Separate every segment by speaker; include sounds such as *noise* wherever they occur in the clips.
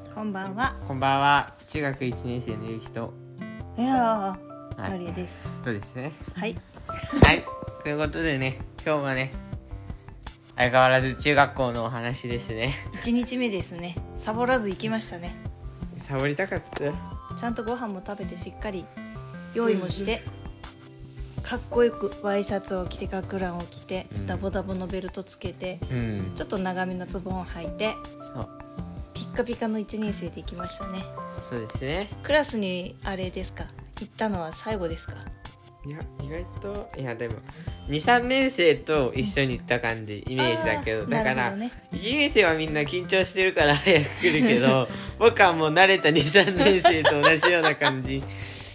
Speaker 1: は
Speaker 2: こんばんは中学1年生のゆきと
Speaker 1: いやー
Speaker 2: はい
Speaker 1: マリエです
Speaker 2: そうですね
Speaker 1: はい
Speaker 2: はいということでね今日はね相変わらず中学校のお話ですね
Speaker 1: 一日目ですねサボらず行きましたね
Speaker 2: サボりたかった
Speaker 1: ちゃんとご飯も食べてしっかり用意もしてかっこよくワイシャツを着て学ランを着て
Speaker 2: うん
Speaker 1: ダボダボのベルトつけて
Speaker 2: うん
Speaker 1: ちょっと長めのズボンを履いて
Speaker 2: そう
Speaker 1: ピッカピカの1年生で行きましたね
Speaker 2: そうですね
Speaker 1: クラスにあれですか行ったのは最後ですか
Speaker 2: いや意外といやでも23年生と一緒に行った感じイメージだけど
Speaker 1: あー
Speaker 2: だ
Speaker 1: な
Speaker 2: か
Speaker 1: る
Speaker 2: ら、
Speaker 1: ほどね
Speaker 2: 1年生はみんな緊張してるから早く来る
Speaker 1: *laughs*
Speaker 2: けど僕はもう慣れた23年生と同じような感じ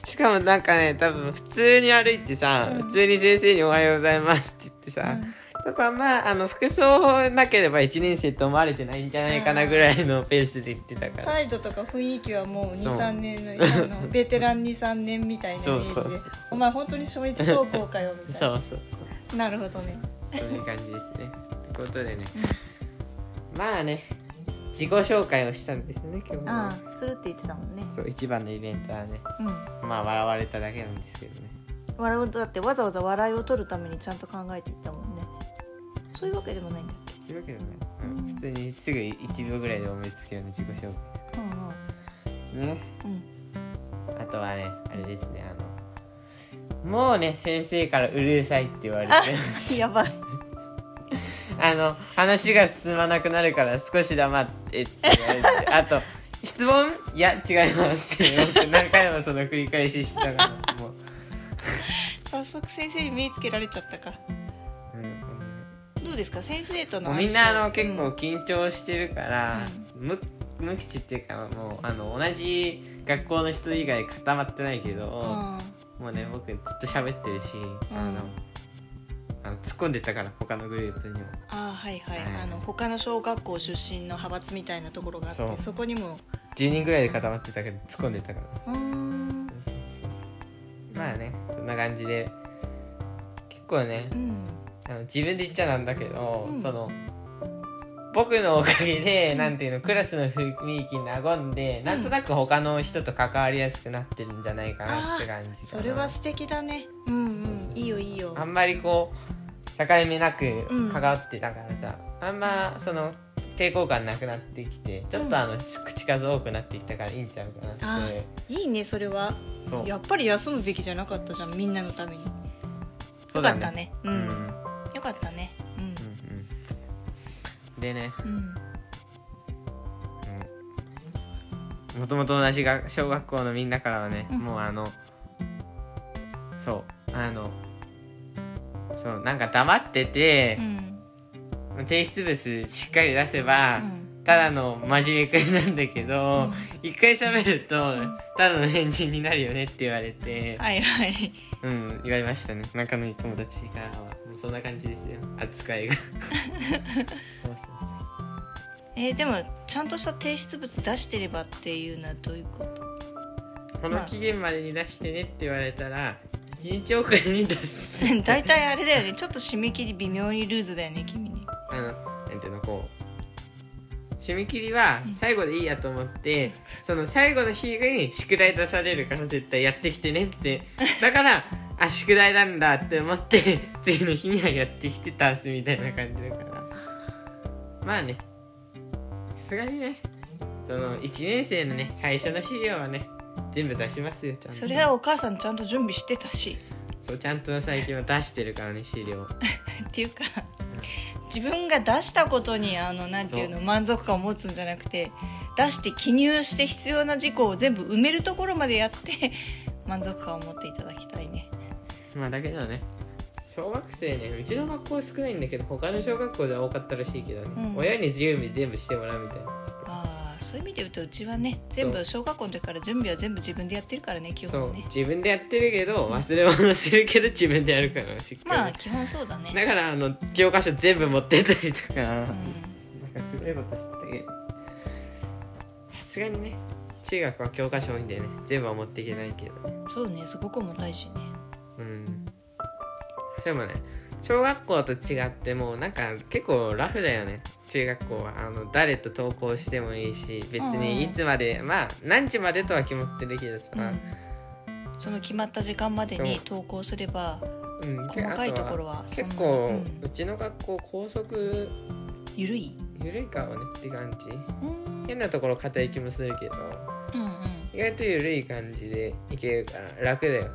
Speaker 2: しかもなんかね多分普通に歩いてさ、
Speaker 1: うん
Speaker 2: 普通に先生に「おはようございます」って言ってさ、だからまああの服装なければ1年生と思われてないんじゃないかなぐらいのペースで言ってたから。
Speaker 1: 態度とか雰囲気はもう
Speaker 2: そう
Speaker 1: 23年のあのベテラン23年みたいなイメージで
Speaker 2: そうそうそうそう
Speaker 1: お前本当に初日投稿かよみたい
Speaker 2: *laughs* そうそうそう
Speaker 1: ななるほどね
Speaker 2: そういう感じですね。ということでね、まあね自己紹介をしたんですね今日は
Speaker 1: ああするって言ってたもんね
Speaker 2: そう一番のイベントはね
Speaker 1: うん
Speaker 2: まあ笑われただけなんですけどね
Speaker 1: 笑うだってわざわざ笑いを取るためにちゃんと考えていったもんねそういうわけでもないんだっ
Speaker 2: というわけでね、うん、普通にすぐ1秒ぐらいで思いつくような自己紹
Speaker 1: けうんうん
Speaker 2: 介ね
Speaker 1: *laughs* うん
Speaker 2: あとはねあれですねあのもうね先生からうるさいって言われて
Speaker 1: あやばい
Speaker 2: *laughs* あの話が進まなくなるから少し黙ってって言われてあと質問いや違いますって僕何回もその繰り返ししたからもう。
Speaker 1: 早速先生に目つけられちゃったかどうですか先生との
Speaker 2: もう
Speaker 1: 相性
Speaker 2: みんなあの結
Speaker 1: う
Speaker 2: 構
Speaker 1: ん
Speaker 2: 緊張してるから、無無口っていうかもうあの同じ学校の人以外固まってないけど、
Speaker 1: うん
Speaker 2: もうね僕ずっと喋ってるし、あのあの突っ込んでたから他のグループにも
Speaker 1: ああはいはい、
Speaker 2: はい
Speaker 1: あの他の小学校出身の派閥みたいなところがあって
Speaker 2: そ
Speaker 1: そうこにも
Speaker 2: 10人ぐらいで固まってたけど突っ込んでたから
Speaker 1: うーん
Speaker 2: そうそうそうそうまあねそんな感じで結構ね
Speaker 1: うん
Speaker 2: あの自分で言っちゃなんだけど、
Speaker 1: うん
Speaker 2: その僕のおかげで、なんていうのクラスの雰囲気に和んで、なんとなく他の人と関わりやすくなってるんじゃないかなって感じかな
Speaker 1: それは素敵だねうんうん
Speaker 2: そうそうそう
Speaker 1: いいよいいよ
Speaker 2: あんまりこう境目なく
Speaker 1: うん
Speaker 2: 関わってたからさ、あんまその抵抗感なくなってきてちょっとあの、口数多くなってきたからいいんちゃうかなって
Speaker 1: いいねそれは
Speaker 2: そう
Speaker 1: やっぱり休むべきじゃなかったじゃんみんなのために
Speaker 2: そ
Speaker 1: よか
Speaker 2: うだ
Speaker 1: ったねう
Speaker 2: うんん、うんうん
Speaker 1: よかったね
Speaker 2: うんでね
Speaker 1: うん、うん、
Speaker 2: もともと同じが小学校のみんなからはね、
Speaker 1: うん
Speaker 2: もうあのそうあのそうなんか黙ってて
Speaker 1: う、ん
Speaker 2: 提出物しっかり出せば、
Speaker 1: うん
Speaker 2: ただの真面目くんなんだけど、一回喋ると、
Speaker 1: ん
Speaker 2: ただの変人になるよねって言われて、
Speaker 1: はいはい
Speaker 2: うん言われましたね仲のいい友達からはもうそんな感じですよ扱
Speaker 1: *laughs*
Speaker 2: いがそうそうそう
Speaker 1: えーでもちゃんとした提出物出してればっていうのはどういうこと
Speaker 2: この期限までに出してねって言われたら1日遅れに出す
Speaker 1: *laughs* 大体あれだよねちょっと締め切り微妙にルーズだよね君ね
Speaker 2: あのなんていうのこう締め切りは最後でいいやと思って、その最後の日に宿題出されるから絶対やってきてねってだから
Speaker 1: *laughs*
Speaker 2: あ宿題なんだって思って *laughs* 次の日にはやってきてたすみたいな感じだからまあねさすがにねその1年生のね最初の資料はね全部出しますよちゃんと
Speaker 1: それはお母さんちゃんと準備してたし
Speaker 2: そうちゃんと最近は出してるからね資料
Speaker 1: っていうか自分が出したことにあのなんていうの満足感を持つんじゃなくて出して記入して必要な事項を全部埋めるところまでやって *laughs* 満足感を持っていただきたいね
Speaker 2: まあだけどね小学生ねうちの学校少ないんだけど他の小学校では多かったらしいけどね、
Speaker 1: うん
Speaker 2: 親に準備全部してもらうみたいな
Speaker 1: ああそういう意味で言うとうちはね全
Speaker 2: そ
Speaker 1: 部小学校の時から準備は全部自分でやってるからね基
Speaker 2: そ
Speaker 1: 本
Speaker 2: う
Speaker 1: ね
Speaker 2: 自分でやってるけど忘れ物するけど自分でやるからしっかり、
Speaker 1: まあ基本そうだね
Speaker 2: だからあの教科書全部持ってったりとか、な
Speaker 1: うん
Speaker 2: か
Speaker 1: ん
Speaker 2: すごいことしてたけどさすがにね中学は教科書多いんでね全部は持っていけないけど
Speaker 1: そうねすごく重たいしね
Speaker 2: うんでもね小学校と違ってもうなんか結構ラフだよね中学校はあの誰と登校してもいいし別
Speaker 1: うんうん
Speaker 2: にいつまで、まあ何時までとは決まってるけどさ、
Speaker 1: うんその決まった時間までに投稿すれば
Speaker 2: うん
Speaker 1: 細かいところはそんな
Speaker 2: 結構、
Speaker 1: う
Speaker 2: う
Speaker 1: ん
Speaker 2: ちの学校校則
Speaker 1: ゆるい
Speaker 2: 緩いかもねって感じ
Speaker 1: うん
Speaker 2: 変なところ硬い気もするけど
Speaker 1: うんうん
Speaker 2: 意外と緩い感じでいけるから楽だよ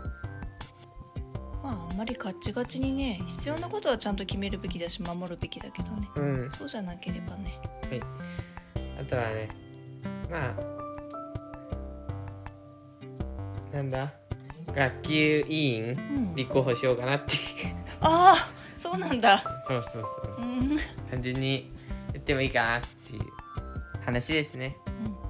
Speaker 1: まああんまりガッチガチにね必要なことはちゃんと決めるべきだし守るべきだけどね
Speaker 2: うん
Speaker 1: そうじゃなければね
Speaker 2: あとはねまあなんだ学級委員
Speaker 1: うん
Speaker 2: 立候補しようかなって
Speaker 1: ああそうなんだ
Speaker 2: そうそうそ
Speaker 1: うん
Speaker 2: う
Speaker 1: うん
Speaker 2: 単純に言ってもいいかなっていう話ですね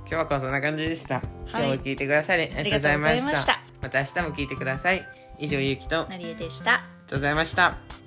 Speaker 2: 今日はこうそんな感じでした、今日も聞いてくださりあ
Speaker 1: あ
Speaker 2: り
Speaker 1: り
Speaker 2: がと
Speaker 1: が
Speaker 2: うござ
Speaker 1: と
Speaker 2: いう
Speaker 1: ございま
Speaker 2: ましたま
Speaker 1: した
Speaker 2: た明日も聞いてください以上ゆうきと
Speaker 1: な
Speaker 2: ありがと
Speaker 1: りえでした
Speaker 2: うございました